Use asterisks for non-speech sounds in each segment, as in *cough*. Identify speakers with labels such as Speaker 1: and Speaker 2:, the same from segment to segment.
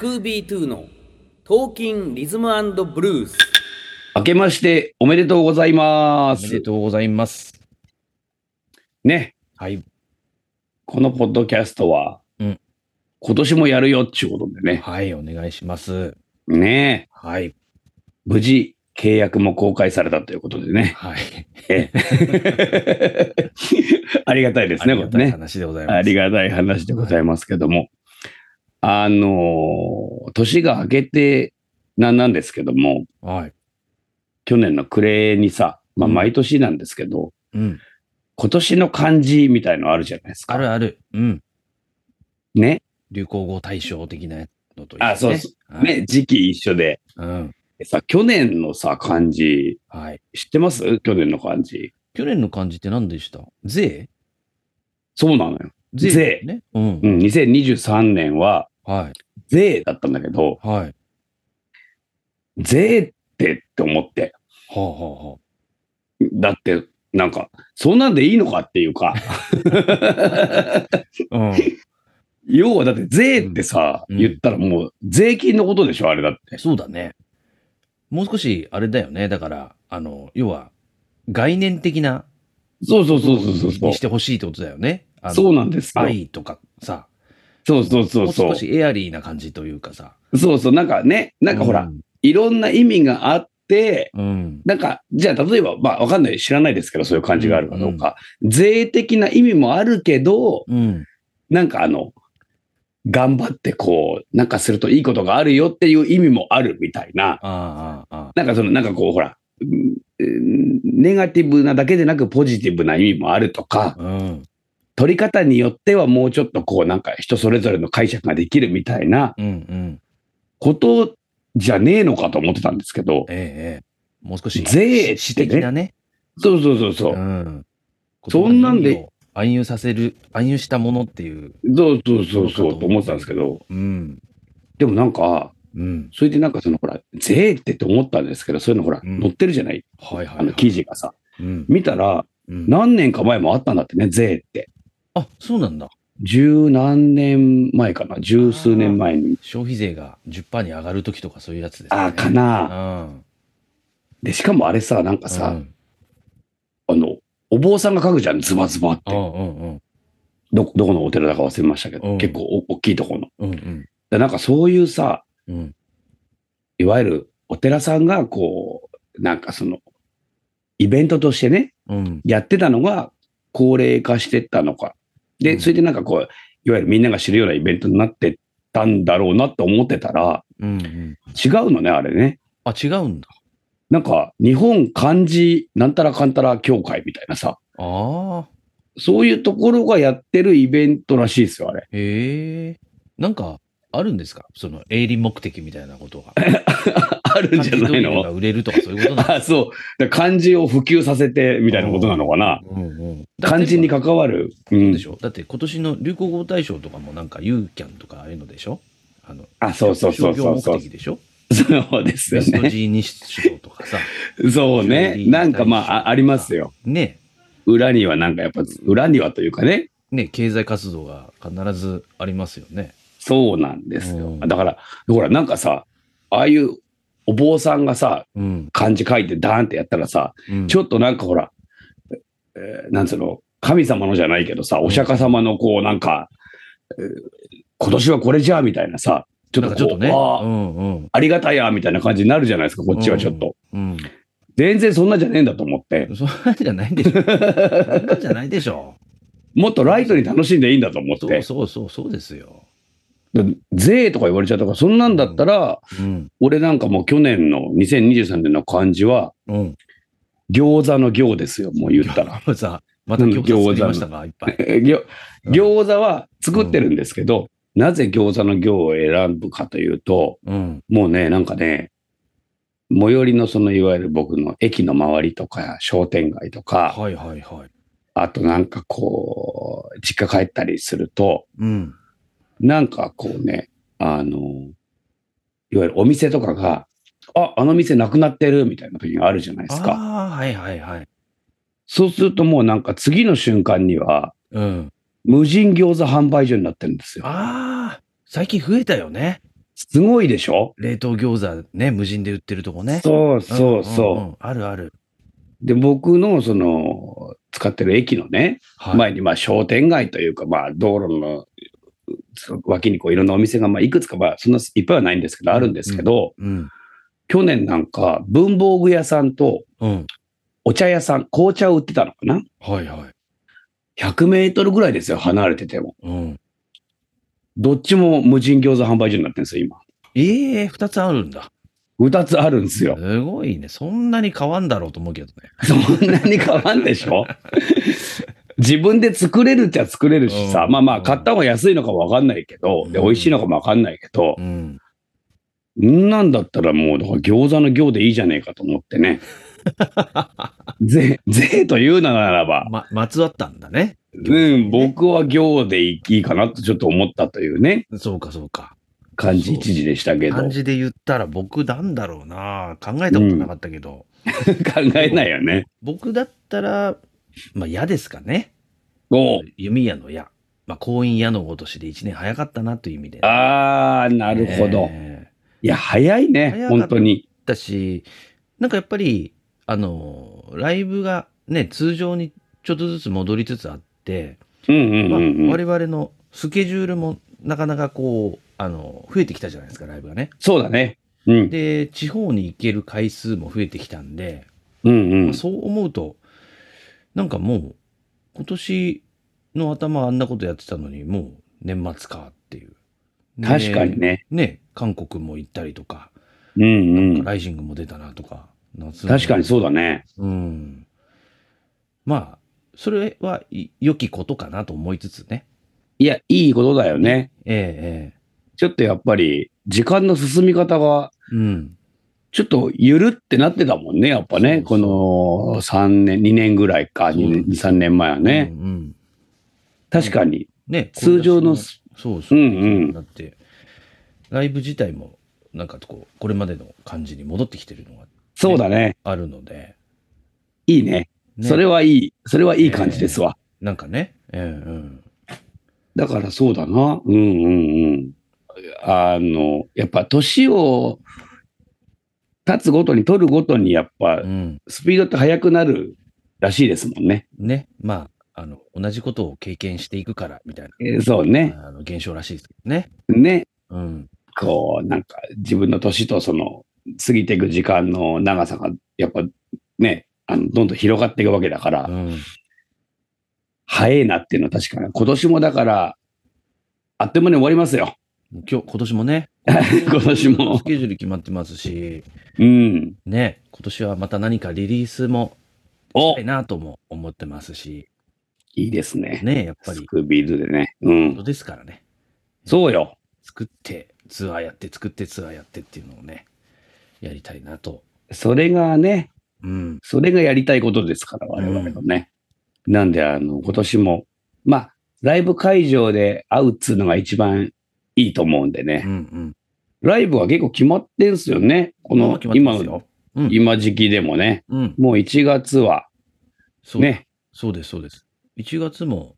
Speaker 1: UB2 のトーキンリズムブルース。
Speaker 2: 明けましておめでとうございま。
Speaker 3: おめですとうございます。
Speaker 2: ね、
Speaker 3: はい。
Speaker 2: このポッドキャストは、
Speaker 3: うん
Speaker 2: 今年もやるよっちゅうことでね。
Speaker 3: はい、お願いします。
Speaker 2: ねえ
Speaker 3: はい。
Speaker 2: 無事契約も公開されたということで *laughs* ね。
Speaker 3: はい。
Speaker 2: ええありがたいですね、
Speaker 3: あ
Speaker 2: これ
Speaker 3: りがたい
Speaker 2: ね。
Speaker 3: 話でございます。
Speaker 2: ありがたい話でございますけども。あのー年が明けてなんなんですけども、
Speaker 3: はい。
Speaker 2: 去年の暮れにさ、まあ
Speaker 3: うん
Speaker 2: 毎年なんですけど、
Speaker 3: うん。
Speaker 2: 今年の漢字みたいのあるじゃないですか。
Speaker 3: あるある。うん。
Speaker 2: ね。
Speaker 3: 流行語大賞的なのと一緒、ね。
Speaker 2: あ、そうそ
Speaker 3: は
Speaker 2: う。
Speaker 3: い。
Speaker 2: ね、時期一緒で。
Speaker 3: うん。
Speaker 2: さ、去年のさ、漢字、
Speaker 3: はい。
Speaker 2: 知ってます去年の漢字。
Speaker 3: 去年の漢字って何でした税
Speaker 2: そうなのよ。
Speaker 3: 税ね。うん
Speaker 2: う。ん、2023年は、
Speaker 3: はい。
Speaker 2: 税だったんだけど、
Speaker 3: はい。は
Speaker 2: 税ってって思って。
Speaker 3: あ、は
Speaker 2: だって、なんか、そんなんでいいのかっていう
Speaker 3: *laughs*
Speaker 2: か。
Speaker 3: あ、はあ。
Speaker 2: 要はだって税ってさ、
Speaker 3: うん
Speaker 2: 言ったらもう税金のことでしょあれだって。
Speaker 3: うん。そうだね。もう少し、あれだよね。だから、あの、要は、概念的な、
Speaker 2: そうそうそうそうそう
Speaker 3: にし。てほしいってことだよね。あの
Speaker 2: そうなんですよ。
Speaker 3: 愛とかさ、
Speaker 2: そうそうそうそ
Speaker 3: もう
Speaker 2: う
Speaker 3: 少。しエアリーな感じというかさ。
Speaker 2: そうそう。なんかね、なんかほら、いろんな意味があって、
Speaker 3: うん、うん。
Speaker 2: なんか、じゃあ、例えば、まあ、わかんない、知らないですけど、そういう感じがあるかどうか。税的な意味もあるけど、
Speaker 3: うん。
Speaker 2: なんかあの、頑張ってこう、なんかするといいことがあるよっていう意味もあるみたいな、
Speaker 3: ああ、ああ、
Speaker 2: なんかその、なんかこう、ほら、うんうんネガティブなだけでなくポジティブな意味もあるとか、
Speaker 3: ああ。うん。
Speaker 2: 取り方によってはもうちょっとこう、なんか人それぞれの解釈ができるみたいな
Speaker 3: うん、うん。
Speaker 2: ことじゃねえのかと思ってたんですけど、
Speaker 3: ええ、ええ。もう少し、
Speaker 2: 税
Speaker 3: 詩
Speaker 2: ってね
Speaker 3: 的なね。
Speaker 2: そうそうそうそう
Speaker 3: う。ん。
Speaker 2: そんなんで
Speaker 3: 言葉の意味を暗誘させる、暗誘したものっていう。
Speaker 2: そうそうそうそうと思ってたんですけど、
Speaker 3: うん。
Speaker 2: でもなんか、
Speaker 3: うん。
Speaker 2: それでなんかそのほら、税ってって思ったんですけど、そういうのほら、
Speaker 3: うん
Speaker 2: 載ってるじゃない、
Speaker 3: はいはい、
Speaker 2: あ
Speaker 3: は
Speaker 2: の
Speaker 3: い。
Speaker 2: 記事がさ。
Speaker 3: うん。
Speaker 2: 見たら、
Speaker 3: うん
Speaker 2: 何年か前もあったんだってね、税って。
Speaker 3: あ、そうなんだ。
Speaker 2: 十何年前かな、十数年前に。
Speaker 3: 消費税が10%に上がるときとかそういうやつです、ね。
Speaker 2: ああ、か。な。
Speaker 3: うん。
Speaker 2: で、しかもあれさ、なんかさ、
Speaker 3: うん、
Speaker 2: あの、お坊さんが書くじゃん、ズバズバっ
Speaker 3: う
Speaker 2: て。
Speaker 3: んうんうん。
Speaker 2: どこ、どこのお寺だか忘れましたけど、
Speaker 3: うん
Speaker 2: 結構お大きいところの。
Speaker 3: うんうん。
Speaker 2: でなんかそういうさ、
Speaker 3: うん。
Speaker 2: いわゆるお寺さんがこう、なんかその、イベントとしてね、
Speaker 3: うん。
Speaker 2: やってたのが高齢化してったのか。で、
Speaker 3: うん
Speaker 2: それでなんかこう、いわゆるみんなが知るようなイベントになってったんだろうなと思ってたら、
Speaker 3: うんうん。
Speaker 2: 違うのね、あれね。
Speaker 3: あ、違うんだ。
Speaker 2: なんか、日本漢字なんたらかんたら協会みたいなさ、
Speaker 3: ああ。
Speaker 2: そういうところがやってるイベントらしいですよ、あれ。 *laughs*
Speaker 3: へえ。なんか、あるんですかその、営利目的みたい
Speaker 2: *laughs*
Speaker 3: なことが。
Speaker 2: あるんじゃない
Speaker 3: 漢字ドリルが
Speaker 2: の
Speaker 3: 売れるとかそういうことなの
Speaker 2: あ、そう。だから漢字を普及させてみたいなことなのかな。 *laughs*
Speaker 3: うんうん。
Speaker 2: 漢字に関
Speaker 3: わ
Speaker 2: わる。う
Speaker 3: る
Speaker 2: ん
Speaker 3: でし。ょだって今年の流行語大賞とかもなんかユーキャンとかああいうのでしょあの、
Speaker 2: あ、そうそうそう
Speaker 3: 商業
Speaker 2: そう
Speaker 3: 目
Speaker 2: そう。
Speaker 3: 的でしょ
Speaker 2: そうですよ
Speaker 3: ベスト
Speaker 2: ね。
Speaker 3: ジーニシトと
Speaker 2: *laughs*
Speaker 3: かさ。
Speaker 2: そうね。なんかまあ、あありますよ。
Speaker 3: ね
Speaker 2: 裏にはなんかやっぱ裏にはというかね
Speaker 3: ね経済活動が必ずありますよね。
Speaker 2: そうなんですよ、
Speaker 3: うん
Speaker 2: だからほらなんかさああいうお坊さんがさ
Speaker 3: うん。
Speaker 2: 漢字書いてダーンってやったらさ
Speaker 3: うん、
Speaker 2: ちょっとなんかほら、えーなんつうの神様のじゃないけどさお釈迦様のこうなんか、えー今年はこれじゃあみたいなさちょっ
Speaker 3: なん
Speaker 2: と
Speaker 3: か
Speaker 2: こう
Speaker 3: ちょっとね。
Speaker 2: あ
Speaker 3: う
Speaker 2: ー
Speaker 3: んうん。
Speaker 2: ありがたいやみたいな感じになるじゃないですかこっちはちょっと、
Speaker 3: うん。
Speaker 2: 全然そんなじゃねえんだと思って
Speaker 3: そんなんじゃないんでしょ。そんなんじゃないでし
Speaker 2: *laughs*
Speaker 3: ょ。
Speaker 2: もっとライトに楽しんでいいんだと思っ
Speaker 3: そう
Speaker 2: て
Speaker 3: そうそう、そうですよ。
Speaker 2: で税とか言われちゃったからそんなんだったら、
Speaker 3: うん。
Speaker 2: 俺なんかもう去年の2023年の漢字は
Speaker 3: うん。
Speaker 2: 餃子の行ですよ、もう言った
Speaker 3: *laughs*
Speaker 2: ら。
Speaker 3: 餃子。また餃子作りましたか、いっぱい。
Speaker 2: 餃
Speaker 3: う
Speaker 2: *laughs*
Speaker 3: ん
Speaker 2: 餃子は作ってるんですけど、なぜ餃子の行を選ぶかというと、
Speaker 3: うん。
Speaker 2: もうね、なんかね、最寄りのそのいわゆる僕の駅の周りとか商店街とか、
Speaker 3: はいはいはい。
Speaker 2: あとなんかこう、実家帰ったりすると、
Speaker 3: うん。
Speaker 2: なんかこうね、あの、いわゆるお店とかが、あ、あの店なくなってるみたいな時があるじゃないですか。
Speaker 3: ああ、はいはいはい。
Speaker 2: そうするともうなんか次の瞬間には、
Speaker 3: うん。
Speaker 2: 無人餃子販売所になってるんですよ。
Speaker 3: ああ、最近増えたよね。
Speaker 2: すごいでしょ
Speaker 3: 冷凍餃子ね、無人で売ってるとこね。
Speaker 2: そうそうん
Speaker 3: ん
Speaker 2: そ
Speaker 3: んあるある。
Speaker 2: う。で、僕のその、使ってる駅のね、
Speaker 3: はい。
Speaker 2: 前にまあ商店街というか、まあ道路のそ脇にこういろんなお店がまあいくつか、まあそんないっぱいはないんですけど、あるんですけど、
Speaker 3: うん。
Speaker 2: 去年なんか文房具屋さんと
Speaker 3: うん。
Speaker 2: お茶屋さん、紅茶を売ってたのかな
Speaker 3: はいはい。
Speaker 2: 100メートルぐらいですよ、離れてても。
Speaker 3: うん。
Speaker 2: どっちも無人餃子販売所になってるんですよ、今。
Speaker 3: ええ二つあるんだ。
Speaker 2: 二つあるんですよ。
Speaker 3: すごいね。そんなに変わんだろうと思うけどね。
Speaker 2: *laughs* そんなに変わんでし
Speaker 3: *laughs*
Speaker 2: ょ自分で作れるっちゃ作れるしさ、
Speaker 3: うん
Speaker 2: まあまあ、買った方が安いのかもわかんないけど、で、
Speaker 3: うん
Speaker 2: 美味しいのかもわかんないけど
Speaker 3: う、ん。
Speaker 2: んなんだったらもう、だから餃子の行でいいじゃねえかと思って
Speaker 3: *laughs*
Speaker 2: ね。ぜ、ぜと言うならば、
Speaker 3: ま、まつわったんだね。
Speaker 2: うん、僕は行でいいかなとちょっと思ったというね、
Speaker 3: そうかそうか。
Speaker 2: 感じ一時でしたけど、
Speaker 3: 漢
Speaker 2: 考
Speaker 3: 字で言ったら僕なんだろうな。考えたことなかったけど。
Speaker 2: えないよね。
Speaker 3: 僕だったら、まあ、矢ですかね。
Speaker 2: おう
Speaker 3: 弓矢の矢。まあ、婚姻矢のごとしで1年早かったなという意味で。
Speaker 2: あー、なるほど。
Speaker 3: え
Speaker 2: いや、早い
Speaker 3: 早か
Speaker 2: ね、
Speaker 3: った
Speaker 2: 本当に。
Speaker 3: ーだし、なんかやっぱり、あのー、ライブがね、通常にちょっとずつ戻りつつあって、
Speaker 2: うんうん
Speaker 3: まあ
Speaker 2: うん、うん
Speaker 3: 我々のスケジュールもなかなかこう、あの、増えてきたじゃないですか、ライブがね。
Speaker 2: そうだね。うん。
Speaker 3: で、地方に行ける回数も増えてきたんで、
Speaker 2: うんう
Speaker 3: ま
Speaker 2: ん
Speaker 3: あ、。そう思うと、なんかもう、今年の頭あんなことやってたのに、もう年末かっていう。ね
Speaker 2: 確かに。ね。
Speaker 3: ね、韓国も行ったりとか、
Speaker 2: うんうん。
Speaker 3: ライジングも出たなとか、夏も
Speaker 2: 確かにそうだね。
Speaker 3: うん。まあ、それはい良きことかなと思いつつね。
Speaker 2: いや、いいことだよね。
Speaker 3: ええ
Speaker 2: ちょっとやっぱり、時間の進み方が、
Speaker 3: ええうん。
Speaker 2: ちょっとゆるってなってたもんね、やっぱね。
Speaker 3: そう
Speaker 2: この3年、2年ぐらいか、
Speaker 3: そう
Speaker 2: 2年、3年前はね。
Speaker 3: うんうん
Speaker 2: 確かに。
Speaker 3: ね、
Speaker 2: 通常の
Speaker 3: これだしねそうそう。
Speaker 2: うんうん
Speaker 3: だって、ライブ自体も、なんかこう、これまでの感じに戻ってきてるのが
Speaker 2: そうだね。
Speaker 3: あるので、
Speaker 2: いいね。
Speaker 3: ね
Speaker 2: それはいい。それはいい感じですわ。
Speaker 3: なんかね、うん
Speaker 2: だからそうだな。うんうんうん。あの、やっぱ年を経つごとに取るごとにやっぱ
Speaker 3: うん、うん、
Speaker 2: スピードって速くなるらしいですもんね。
Speaker 3: ね、まあ、あの、同じことを経験していくからみたい
Speaker 2: えーそう
Speaker 3: な、
Speaker 2: ね。
Speaker 3: あの現象らしいですけどね。
Speaker 2: ね。
Speaker 3: うん、
Speaker 2: こう、なんか自分の年とその過ぎていく時間の長さがやっぱね、あのどんどん広がっていくわけだから、
Speaker 3: うん、
Speaker 2: 早いなっていうのは確かに。今年もだから、あっという間に終わりますよ。
Speaker 3: 今日、今年もね、
Speaker 2: *laughs* 今年も
Speaker 3: ス。ケジュール決まってますし、
Speaker 2: うん。
Speaker 3: ね、今年はまた何かリリースもし
Speaker 2: お
Speaker 3: たいなとも思ってますし、
Speaker 2: いいですね。
Speaker 3: ね、やっぱ
Speaker 2: ス
Speaker 3: り、
Speaker 2: クービーズでね。う
Speaker 3: 本当
Speaker 2: ん。
Speaker 3: ですからね、
Speaker 2: そうよ。
Speaker 3: 作って、ツアーやって、作って、ツアーやってっていうのをね、やりたいなと。
Speaker 2: それがね、
Speaker 3: うん、
Speaker 2: それがやりたいことですから、我々のね。なんで、あの、今年も、まあ、ライブ会場で会うっつうのが一番いいと思うんで
Speaker 3: うん、う
Speaker 2: ね。
Speaker 3: ん。
Speaker 2: ライブは結構決まってんすよね。こ
Speaker 3: も
Speaker 2: の
Speaker 3: う決まって
Speaker 2: 今
Speaker 3: ます
Speaker 2: の、
Speaker 3: よ。うん、
Speaker 2: 今時期でもね。
Speaker 3: うん、
Speaker 2: もう1月は
Speaker 3: そう
Speaker 2: ね、
Speaker 3: そうです、そうです。1月も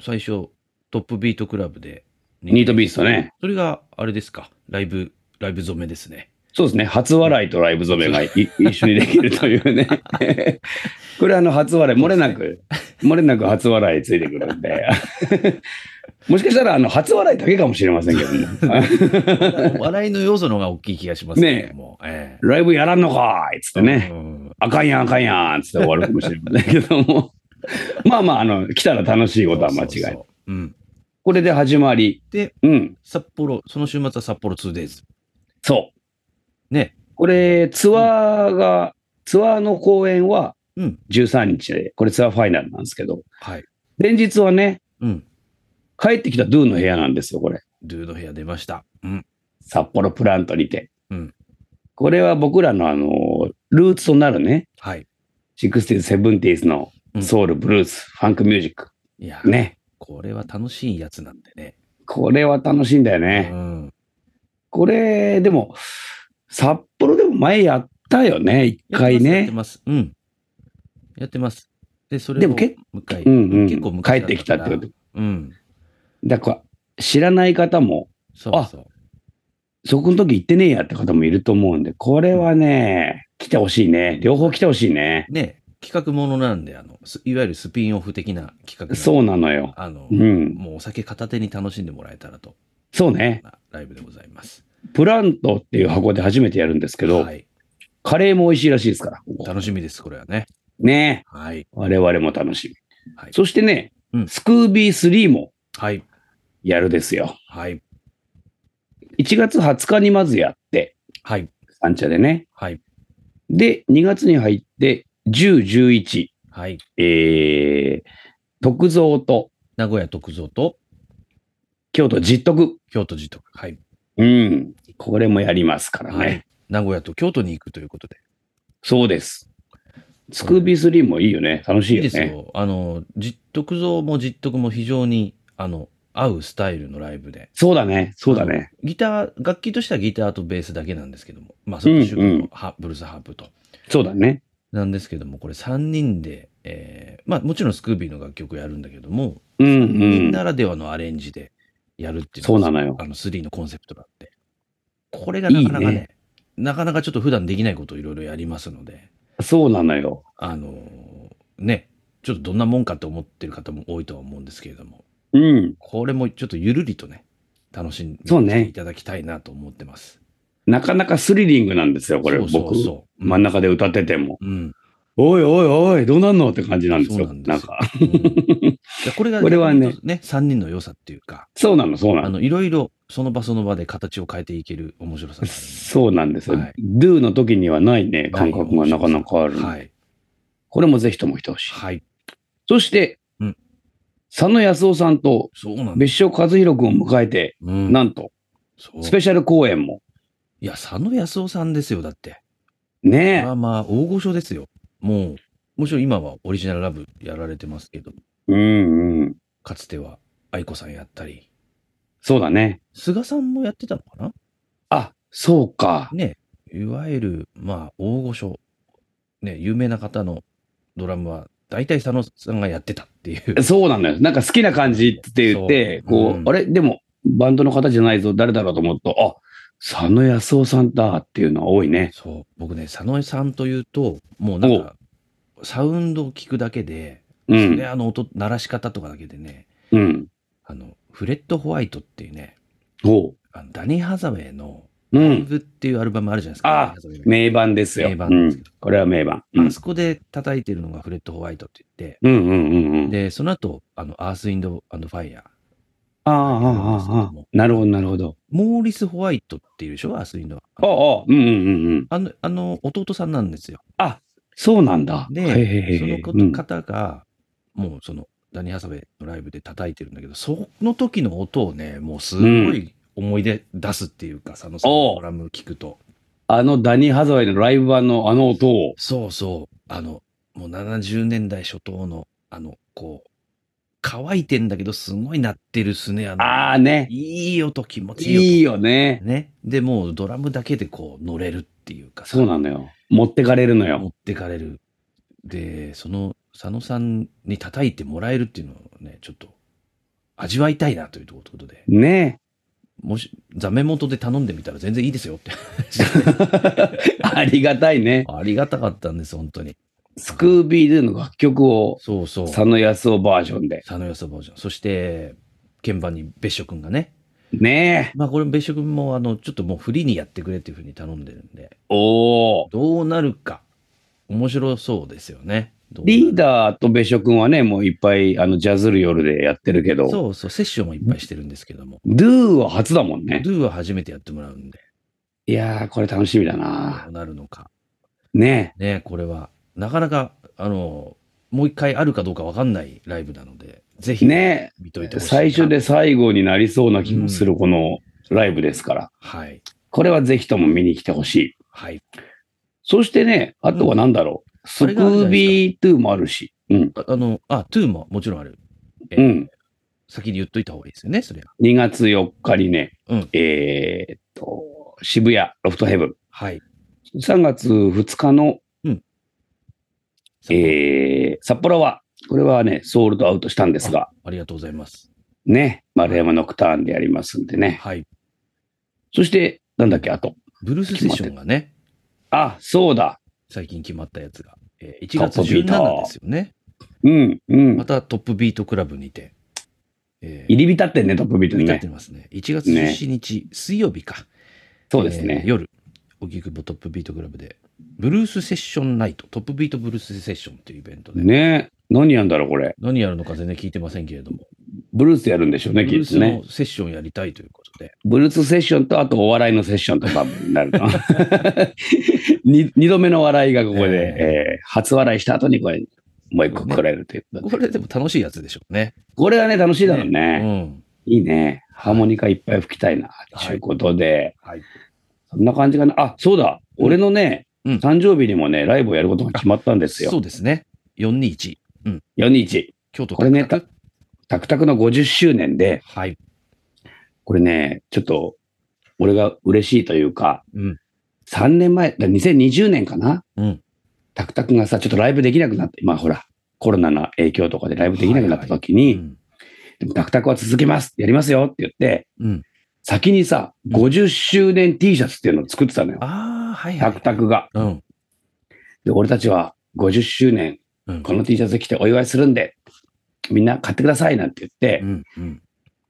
Speaker 3: 最初、トップビートクラブで。
Speaker 2: ニートビーストね。
Speaker 3: それが、あれですか、ライブ、ライブ染めですね。 *laughs*
Speaker 2: そうですね。初笑いとライブ染めがい一緒にできるという
Speaker 3: *laughs*
Speaker 2: ね。これあの初笑い、漏れなく、漏れなく初笑いついてくるん
Speaker 3: *laughs*
Speaker 2: で。もしかしたらあの初笑いだけかもしれませんけどね。
Speaker 3: 笑いの要素の方が大きい気がしますけども。え
Speaker 2: ライブやらんのかーいっつって
Speaker 3: え
Speaker 2: ね。
Speaker 3: うん
Speaker 2: あかんやんあかんやんっつって終わるかもしれませんけど
Speaker 3: *laughs*
Speaker 2: も。まあまあ、あの、来たら楽しいことは間違い
Speaker 3: そう
Speaker 2: ない。
Speaker 3: そうそううん。
Speaker 2: これで始まり。
Speaker 3: で、
Speaker 2: うん。
Speaker 3: 札幌、その週末は札幌 2days。
Speaker 2: そう。
Speaker 3: ね。
Speaker 2: これ、ツアーが、ツアーの公演は
Speaker 3: うん。
Speaker 2: 13日で、これツアーファイナルなんですけど、
Speaker 3: はい。
Speaker 2: 前日はね、
Speaker 3: うん。
Speaker 2: 帰ってきたドゥの部屋なんですよ、これ。
Speaker 3: ドゥの部屋出ました。うん。
Speaker 2: 札幌プラントにて。
Speaker 3: うん
Speaker 2: これは僕らのあの、ルーツとなるね、
Speaker 3: はい。
Speaker 2: 60s、70s の
Speaker 3: うん
Speaker 2: ソウル、ブルース、ファンクミュージック。
Speaker 3: いや、
Speaker 2: ね。
Speaker 3: これは楽しいやつなんでね。
Speaker 2: これは楽しいんだよね。
Speaker 3: うん。
Speaker 2: これ、でも、札幌でも前やったよね、一回
Speaker 3: やって
Speaker 2: ね。
Speaker 3: ます。やってますうん。やってます。で、それを
Speaker 2: でも結
Speaker 3: 向かい、
Speaker 2: うんうん
Speaker 3: 結構向
Speaker 2: 帰
Speaker 3: かい
Speaker 2: ってきたってこと。
Speaker 3: うん。
Speaker 2: だから、知らない方も、
Speaker 3: そうそう。
Speaker 2: そこの時行ってねえやって方もいると思うんで、これはね、来てほしいね。両方来てほしいね。
Speaker 3: ね、企画ものなんで、あの、すいわゆるスピンオフ的な企画なんで
Speaker 2: そうなのよ。
Speaker 3: あの、
Speaker 2: うん。
Speaker 3: もうお酒片手に楽しんでもらえたらと、
Speaker 2: そうね。
Speaker 3: なライブでございます。
Speaker 2: プラントっていう箱で初めてやるんですけど、
Speaker 3: はい。
Speaker 2: カレーも美味しいらしいですから。
Speaker 3: 楽しみです、これはね。
Speaker 2: ね
Speaker 3: はい。
Speaker 2: 我々も楽しみ。
Speaker 3: はい。
Speaker 2: そしてね、
Speaker 3: うん
Speaker 2: スクービー3も
Speaker 3: はい。
Speaker 2: やるですよ。
Speaker 3: はい。
Speaker 2: 1月20日にまずやって、
Speaker 3: はい。
Speaker 2: 三茶でね。
Speaker 3: はい。
Speaker 2: で、2月に入って、10、11、
Speaker 3: はい。
Speaker 2: えー、徳蔵と
Speaker 3: 名古屋特造と
Speaker 2: 京都実徳。
Speaker 3: 京都自徳。はい。
Speaker 2: うん。これもやりますからね。
Speaker 3: はい。名古屋と京都に行くということで。
Speaker 2: そうです。スクービー3もいいよね。楽しい
Speaker 3: いい
Speaker 2: よね。
Speaker 3: ですよ。あの、実徳像も実徳も非常に、あの、合うスタイルのライブで。
Speaker 2: そうだね。そうだね。
Speaker 3: ギター、楽器としてはギターとベースだけなんですけども。まあ、その主
Speaker 2: うんう
Speaker 3: 語
Speaker 2: ん
Speaker 3: のハブルースハープと。
Speaker 2: そうだね。
Speaker 3: なんですけども、これ3人で、えーまあもちろんスクービーの楽曲やるんだけども、
Speaker 2: うんう
Speaker 3: 三人
Speaker 2: ん。
Speaker 3: ならではのアレンジでやるっていう
Speaker 2: そう
Speaker 3: の
Speaker 2: な
Speaker 3: が
Speaker 2: のよ。
Speaker 3: あの3のコンセプトだって。これがなかなかね、
Speaker 2: いいね
Speaker 3: なかなかちょっと普段できないことをいろいろやりますので、
Speaker 2: そうなのよ。
Speaker 3: あのーね、ちょっとどんなもんかって思ってる方も多いとは思うんですけれども、
Speaker 2: うん。
Speaker 3: これもちょっとゆるりとね、楽しん
Speaker 2: そう
Speaker 3: で
Speaker 2: ね
Speaker 3: いただきたいなと思ってます。
Speaker 2: なかなかスリリングなんですよ、これ。
Speaker 3: そうそうそう
Speaker 2: 僕、真ん中で歌ってても。
Speaker 3: うん。うん
Speaker 2: おいおいおい、どうなんのって感じなんですよ。
Speaker 3: そうなん
Speaker 2: な
Speaker 3: で
Speaker 2: ん
Speaker 3: すよ
Speaker 2: か。
Speaker 3: いやこれ
Speaker 2: *laughs*
Speaker 3: が
Speaker 2: これはね
Speaker 3: 逆に言うとね、3人の良さっていうか、
Speaker 2: そうなの、そうな
Speaker 3: あ
Speaker 2: の。
Speaker 3: の、いろいろ、その場その場で形を変えていける面白さがあるんで
Speaker 2: そうなんですよ。
Speaker 3: はい
Speaker 2: Do の時にはないね、感覚がなかなかある。
Speaker 3: はい。
Speaker 2: これもぜひとも来てほしい。
Speaker 3: はい。
Speaker 2: そして、
Speaker 3: うん
Speaker 2: 佐野康夫さんと
Speaker 3: そうなんだ。
Speaker 2: 別所和弘君を迎えて、
Speaker 3: うん
Speaker 2: なんと、
Speaker 3: そう
Speaker 2: スペシャル公演も。
Speaker 3: いや、佐野康夫さんですよ、だって。
Speaker 2: ね
Speaker 3: まあまあ、大御所ですよ。もう、もちろん今はオリジナルラブやられてますけど、
Speaker 2: え。うんうん。
Speaker 3: かつては愛子さんやったり、
Speaker 2: そうだね。
Speaker 3: 菅さんもやってたのかな
Speaker 2: あ、そうか。
Speaker 3: ね。いわゆる、まあ、大御所、ね、有名な方のドラムは、大体佐野さんがやってたって
Speaker 2: *laughs*
Speaker 3: いう。
Speaker 2: そうなのよ。なんか好きな感じって言って、
Speaker 3: そう
Speaker 2: こう、
Speaker 3: うん
Speaker 2: あれでも、バンドの方じゃないぞ、誰だろうと思うと、あ、佐野康夫さんだっていうのは多いね。
Speaker 3: そう僕ね佐野さんというともうなんかサウンドを聞くだけで、
Speaker 2: う
Speaker 3: それ
Speaker 2: ん。
Speaker 3: あの音鳴らし方とかだけでね
Speaker 2: うん。
Speaker 3: あのフレッド・ホワイトっていうね
Speaker 2: ほ
Speaker 3: あのダニー・ハザウェイの
Speaker 2: う。う
Speaker 3: 「ライ
Speaker 2: ん。
Speaker 3: ブ」っていうアルバムあるじゃないです
Speaker 2: あ
Speaker 3: か、ダニーハザウェイの
Speaker 2: 名盤ですよ。
Speaker 3: 名盤です
Speaker 2: う
Speaker 3: け
Speaker 2: ん
Speaker 3: ど。
Speaker 2: これは名盤。うん
Speaker 3: あそこで叩いてるのがフレッド・ホワイトって言って、
Speaker 2: うんうんうんうん。
Speaker 3: でその後あのアース・ウィンド・アンド・ファイヤー
Speaker 2: ああ、ああ、ああ。なるほど、なるほど。
Speaker 3: モーリス・ホワイトっていうでしょアース・ウィンド
Speaker 2: ああ、うんうんうんうん。
Speaker 3: あのあの弟さんなんですよ
Speaker 2: そうなんだ。
Speaker 3: で
Speaker 2: へへへへ
Speaker 3: そのこ
Speaker 2: うん
Speaker 3: 方が、もうその、ダニー・ハサベのライブで叩いてるんだけど、その時の音をね、もうすごい思い出出すっていうか、佐野さん
Speaker 2: お
Speaker 3: の
Speaker 2: う
Speaker 3: ドラム聞くと。
Speaker 2: あのダニー・ハザウェイのライブ版のあの音を。
Speaker 3: そうそう、あの、もう70年代初頭の、あの、こう、乾いてんだけど、すごい鳴ってるスネアの、
Speaker 2: ああね。
Speaker 3: いい音、気持ちいい音。
Speaker 2: いいよね。
Speaker 3: ね。で、もうドラムだけでこう乗れるっていうかさ
Speaker 2: そうなのよ。持ってかれるの
Speaker 3: 持
Speaker 2: よ。
Speaker 3: ってかれる。で、その佐野さんに叩いてもらえるっていうのをね、ちょっと味わいたいなということで、
Speaker 2: ね。 *laughs*
Speaker 3: もし、座目元で頼んでみたら全然いいです
Speaker 2: *laughs*
Speaker 3: よって。
Speaker 2: ありがたいね。
Speaker 3: ありがたかったんです、本当に。
Speaker 2: スクービードゥの楽曲を
Speaker 3: そうそう。
Speaker 2: 佐野康夫バージョンで。
Speaker 3: 佐野よそバージョン。そして、鍵盤に別所くんがね。
Speaker 2: ねえ。
Speaker 3: まあこれ別所くんも、あの、ちょっともうフリーにやってくれっていうふうに頼んでるんで、
Speaker 2: おお。
Speaker 3: どうなるか、面白そうですよね。どうなる
Speaker 2: リーダーと別所君はね、もういっぱいあのジャズる夜でやってるけど、
Speaker 3: そうそう、セッションもいっぱいしてるんですけども、
Speaker 2: ドゥは初だもんね。
Speaker 3: ドゥは初めてやってもらうんで、
Speaker 2: いやー、これ楽しみだ
Speaker 3: ど
Speaker 2: な。
Speaker 3: うなるのか。
Speaker 2: ね
Speaker 3: ね、これは、なかなか、あの、もう一回あるかどうかわかんないライブなので、ぜ
Speaker 2: え。
Speaker 3: ひ、
Speaker 2: ね
Speaker 3: 見といて
Speaker 2: え。
Speaker 3: ほしいな。
Speaker 2: 最初で最後になりそうな気もする、このライブですから。
Speaker 3: はい。
Speaker 2: これはぜひとも見に来てほしい。
Speaker 3: はい。
Speaker 2: そしてね、あとは何だろう。ス
Speaker 3: あ
Speaker 2: ク
Speaker 3: れがあるじゃ
Speaker 2: ー
Speaker 3: ない
Speaker 2: ビー2もあるし。うん。
Speaker 3: ああの、あ、トゥーももちろんある。え
Speaker 2: う
Speaker 3: ー
Speaker 2: ん。
Speaker 3: 先に言っといた方がいいですよね、それは。
Speaker 2: 2月4日にね、
Speaker 3: うん
Speaker 2: えーっと、渋谷ロフトヘブン。
Speaker 3: はい。
Speaker 2: 3月2日の、え
Speaker 3: え
Speaker 2: ー札幌は、これはね、ソールドアウトしたんですが、
Speaker 3: ありがとうございます。
Speaker 2: ね、丸山ノクターンでやりますんでね。
Speaker 3: はい。
Speaker 2: そして、なんだっけ、あと。
Speaker 3: ブルースセッションがね、
Speaker 2: あ、そうだ。
Speaker 3: 最近決まったやつが、えー1月17ですよね。
Speaker 2: うん、うん
Speaker 3: ま。たトップビートクラブにて、えー
Speaker 2: 入り浸ってんね、トップビートに
Speaker 3: 歌っ
Speaker 2: ね
Speaker 3: て。ますね。1月17日、水曜日か。
Speaker 2: そうです
Speaker 3: えー
Speaker 2: ね。
Speaker 3: 夜、荻窪トップビートクラブで、ブルースセッションナイト、トップビートブルースセッションっていうイベントで、
Speaker 2: ね何やんだろう、これ。
Speaker 3: 何やるのか全然聞いてませんけれども、
Speaker 2: ブルースやるんでしょう
Speaker 3: ブ
Speaker 2: ね、
Speaker 3: ル
Speaker 2: き
Speaker 3: ー
Speaker 2: っ
Speaker 3: ス
Speaker 2: とね。
Speaker 3: のセッションやりたいということで、
Speaker 2: ブルースセッションと、あとお笑いのセッションと多分
Speaker 3: *laughs*
Speaker 2: なるかな。に二度目の笑いがここで、
Speaker 3: え
Speaker 2: えー初笑いした後にこれ、もう一個来られるということで
Speaker 3: これでも楽しいやつでしょうね。
Speaker 2: これはね、楽しいだろう
Speaker 3: う
Speaker 2: ね。
Speaker 3: ん。
Speaker 2: いいね。ハーモニカいっぱい吹きたいな、
Speaker 3: はい
Speaker 2: ということで、
Speaker 3: はい。
Speaker 2: そんな感じかな。あ、そうだ。
Speaker 3: うん
Speaker 2: 俺のね、
Speaker 3: うん
Speaker 2: 誕生日にもね、ライブをやることが決まったんですよ
Speaker 3: そ。うですね。421、
Speaker 2: 4日。
Speaker 3: 京都
Speaker 2: これね
Speaker 3: タクタク
Speaker 2: タクタクの50周年で、
Speaker 3: はい。
Speaker 2: これね、ちょっと、俺が嬉しいというか、
Speaker 3: うん
Speaker 2: 3年前、だ2020年かな
Speaker 3: うん。
Speaker 2: タクタクがさ、ちょっとライブできなくなって、今ほら、コロナの影響とかでライブできなくなった時に、
Speaker 3: うん
Speaker 2: でもタクタクは続けます、やりますよって言って、
Speaker 3: うん。
Speaker 2: 先にさ、
Speaker 3: うん
Speaker 2: 50周年 T シャツっていうのを作ってたのよ。
Speaker 3: ああ、はいは
Speaker 2: タ
Speaker 3: い。
Speaker 2: クタクが。
Speaker 3: うん。
Speaker 2: で、俺たちは50周年、
Speaker 3: うん。
Speaker 2: この T シャツ着てお祝いするんで、みんな買ってくださいなんて言って
Speaker 3: う、ん。うん。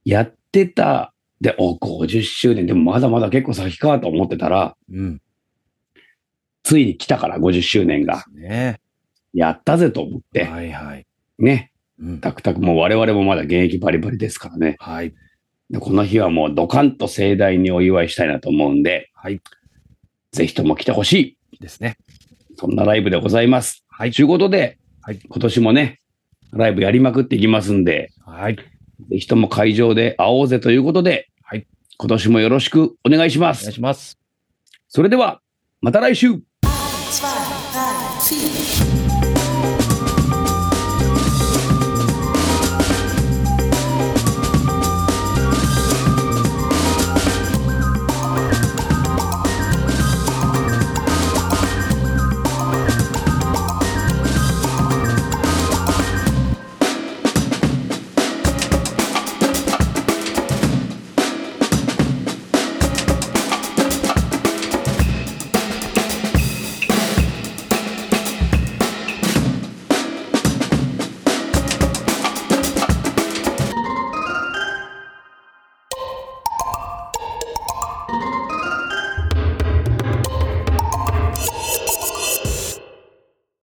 Speaker 2: やってた、で、お、50周年、でもまだまだ結構先かと思ってたら、
Speaker 3: うん。
Speaker 2: ついに来たから、50周年が。
Speaker 3: ね。
Speaker 2: やったぜと思って、
Speaker 3: はいはい。
Speaker 2: ね。
Speaker 3: うん。
Speaker 2: タクタクも我々もまだ現役バリバリですからね。
Speaker 3: はい。
Speaker 2: でこの日はもうドカンと盛大にお祝いしたいなと思うんで、
Speaker 3: はい。
Speaker 2: ぜひとも来てほしい。
Speaker 3: ですね。
Speaker 2: そんなライブでございます。
Speaker 3: はい
Speaker 2: ということで、
Speaker 3: はい
Speaker 2: 今年もね、ライブやりまくっていきますんで、
Speaker 3: はい。
Speaker 2: ぜひとも会場で会おうぜということで、
Speaker 3: はい
Speaker 2: 今年もよろしくお願いしま
Speaker 3: お願い
Speaker 2: す。
Speaker 3: します。
Speaker 2: それでは、また来週
Speaker 4: Zwei, drei, vier.